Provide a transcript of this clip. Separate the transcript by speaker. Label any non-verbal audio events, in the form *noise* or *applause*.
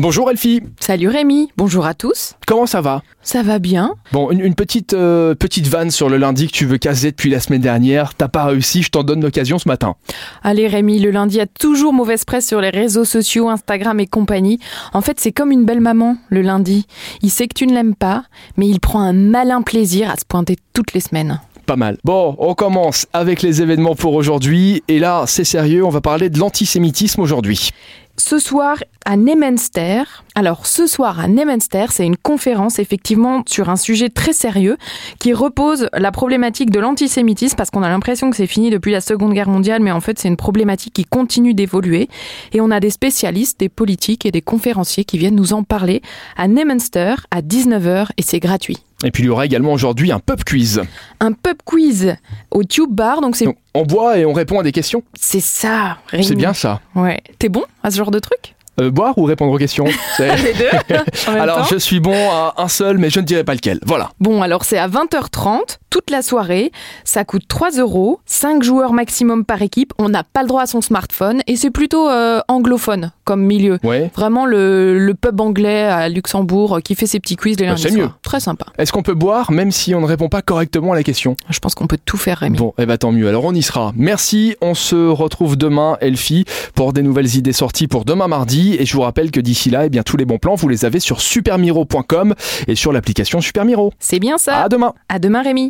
Speaker 1: Bonjour Elfie,
Speaker 2: Salut Rémi, bonjour à tous.
Speaker 1: comment ça va
Speaker 2: Ça va bien
Speaker 1: Bon, une, une petite euh, petite vanne sur le lundi que tu veux caser depuis la semaine dernière. T'as pas réussi, je t'en donne l'occasion ce matin.
Speaker 2: Allez Rémi, le lundi a toujours mauvaise presse sur les réseaux sociaux, Instagram et compagnie. En fait, c'est comme une belle maman, le lundi. Il sait que tu ne l'aimes pas, mais il prend un malin plaisir à se pointer toutes les semaines.
Speaker 1: Pas mal. Bon, on commence avec les événements pour aujourd'hui. Et là, c'est sérieux, on va parler de l'antisémitisme aujourd'hui.
Speaker 2: Ce soir à Nemenster. Alors, ce soir à Nemenster, c'est une conférence effectivement sur un sujet très sérieux qui repose la problématique de l'antisémitisme parce qu'on a l'impression que c'est fini depuis la Seconde Guerre mondiale, mais en fait, c'est une problématique qui continue d'évoluer. Et on a des spécialistes, des politiques et des conférenciers qui viennent nous en parler à Nemenster à 19h et c'est gratuit.
Speaker 1: Et puis il y aura également aujourd'hui un pub quiz.
Speaker 2: Un pub quiz au Tube Bar, donc c'est
Speaker 1: Donc, on boit et on répond à des questions.
Speaker 2: c'est ça, Rémi.
Speaker 1: C'est bien ça.
Speaker 2: Ouais. T'es bon à ce genre de truc
Speaker 1: Euh, boire ou répondre aux
Speaker 2: *laughs*
Speaker 1: questions C'est-
Speaker 2: Les deux
Speaker 1: *laughs*
Speaker 2: en même temps.
Speaker 1: Alors, je suis bon à un seul, mais je ne dirai pas lequel. Voilà.
Speaker 2: Bon, alors c'est à 20h30, toute la soirée. Ça coûte 3 euros, 5 joueurs maximum par équipe. On n'a pas le droit à son smartphone et c'est plutôt euh, anglophone comme milieu.
Speaker 1: Ouais.
Speaker 2: Vraiment le, le pub anglais à Luxembourg euh, qui fait ses petits quiz les
Speaker 1: Bah,
Speaker 2: lundis
Speaker 1: c'est
Speaker 2: soirs.
Speaker 1: mieux.
Speaker 2: Très sympa.
Speaker 1: Est-ce qu'on peut boire même si on ne répond pas correctement à la question
Speaker 2: Je pense qu'on peut tout faire, Rémi.
Speaker 1: Bon, eh ben tant mieux. Alors on y sera. Merci. On se retrouve demain, Elfie, pour des nouvelles idées sorties pour demain mardi. Et je vous rappelle que d'ici là, eh bien tous les bons plans, vous les avez sur supermiro.com et sur l'application Supermiro.
Speaker 2: C'est bien ça.
Speaker 1: À demain.
Speaker 2: À demain, Rémi.